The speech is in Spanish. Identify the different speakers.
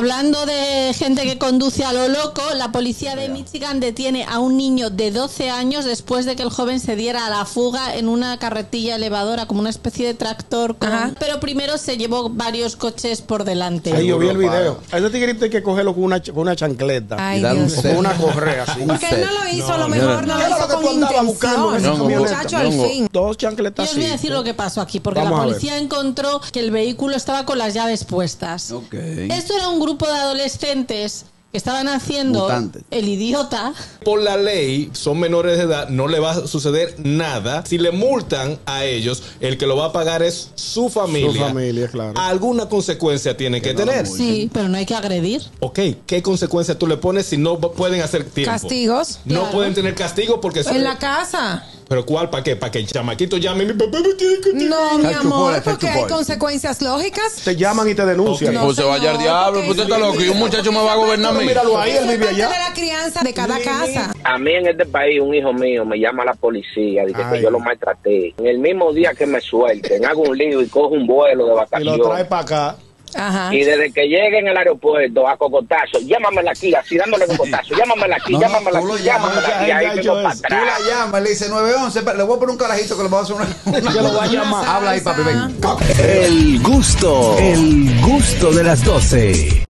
Speaker 1: hablando de gente que conduce a lo loco, la policía de Michigan detiene a un niño de 12 años después de que el joven se diera a la fuga en una carretilla elevadora, como una especie de tractor. con-
Speaker 2: Ajá.
Speaker 1: Pero primero se llevó varios coches por delante.
Speaker 3: Ahí yo vi el
Speaker 4: Seguro,
Speaker 3: video. A ese tigrito hay que cogerlo con una, ch- con una chancleta.
Speaker 2: Ay,
Speaker 4: y dar un
Speaker 2: Dios.
Speaker 3: o con
Speaker 4: set.
Speaker 3: una correa así.
Speaker 4: Un
Speaker 2: Porque él no
Speaker 4: set.
Speaker 2: lo hizo,
Speaker 3: No,
Speaker 2: lo mejor
Speaker 4: señora.
Speaker 2: no
Speaker 3: ¿Qué
Speaker 2: lo
Speaker 3: era
Speaker 2: hizo
Speaker 3: lo que tú
Speaker 2: con
Speaker 3: andabas buscando en esa
Speaker 2: intención.
Speaker 3: camioneta?
Speaker 2: Muchacho, al
Speaker 4: Ñongo.
Speaker 2: fin.
Speaker 3: Dos
Speaker 1: Yo
Speaker 3: chancletas
Speaker 1: os voy a
Speaker 3: así.
Speaker 1: decir lo que pasó aquí, porque
Speaker 3: Vamos
Speaker 1: la
Speaker 3: a ver.
Speaker 1: policía encontró que el vehículo estaba con las llaves puestas.
Speaker 4: Ok.
Speaker 1: Esto era un grupo de adolescentes que estaban haciendo
Speaker 4: Mutantes.
Speaker 1: el idiota.
Speaker 5: Por la ley, son menores de edad, no le va a suceder nada. Si le multan a ellos, el que lo va a pagar es su familia.
Speaker 3: Su familia, claro.
Speaker 5: Alguna consecuencia tiene que,
Speaker 4: no la
Speaker 5: tener.
Speaker 4: multen.
Speaker 1: Sí, pero no hay que agredir.
Speaker 5: Ok, ¿qué consecuencia tú le pones si no pueden hacer tiempo?
Speaker 2: Castigos.
Speaker 5: No
Speaker 1: Claro.
Speaker 5: pueden tener castigo porque...
Speaker 2: En la casa.
Speaker 5: ¿Pero cuál? ¿Para qué? ¿Para que el chamaquito llame? Mi papá me tiene que...
Speaker 2: No, mi
Speaker 4: Cacho
Speaker 2: amor,
Speaker 4: boy, cacho
Speaker 2: porque hay
Speaker 4: boy.
Speaker 2: consecuencias lógicas.
Speaker 3: Te llaman y te denuncian.
Speaker 2: No,
Speaker 6: Pues se vaya al
Speaker 2: señor,
Speaker 6: diablo,
Speaker 2: porque
Speaker 6: pues usted está
Speaker 2: eso-
Speaker 6: loco y un muchacho me va a gobernar a mí.
Speaker 3: Míralo ahí, él
Speaker 2: Eso es
Speaker 3: vive
Speaker 2: parte
Speaker 3: allá.
Speaker 2: de la crianza de cada casa.
Speaker 7: A mí en este país un hijo mío me llama a la policía, dice
Speaker 3: Ay.
Speaker 7: que yo lo maltraté. En el mismo día que me suelten, hago un lío y cojo un vuelo de
Speaker 3: Y lo trae
Speaker 7: vacaciones.
Speaker 3: para acá.
Speaker 2: Ajá.
Speaker 7: Y desde que lleguen al aeropuerto a cocotazo, llámamela aquí, así dándole cocotazo, llámamela aquí,
Speaker 4: No,
Speaker 7: llámamela
Speaker 4: tú lo
Speaker 7: aquí,
Speaker 4: llamas,
Speaker 7: llámamela aquí,
Speaker 3: ya,
Speaker 7: ahí
Speaker 3: ya
Speaker 7: vengo
Speaker 3: yo
Speaker 7: para
Speaker 3: es.
Speaker 6: Tú
Speaker 7: atrás.
Speaker 6: la llamas, le dice 911, pa- le voy a poner un carajito que le va a hacer una...
Speaker 3: Yo lo voy a llamar.
Speaker 6: Habla ahí, papi, ven.
Speaker 8: El gusto, el gusto de las 12.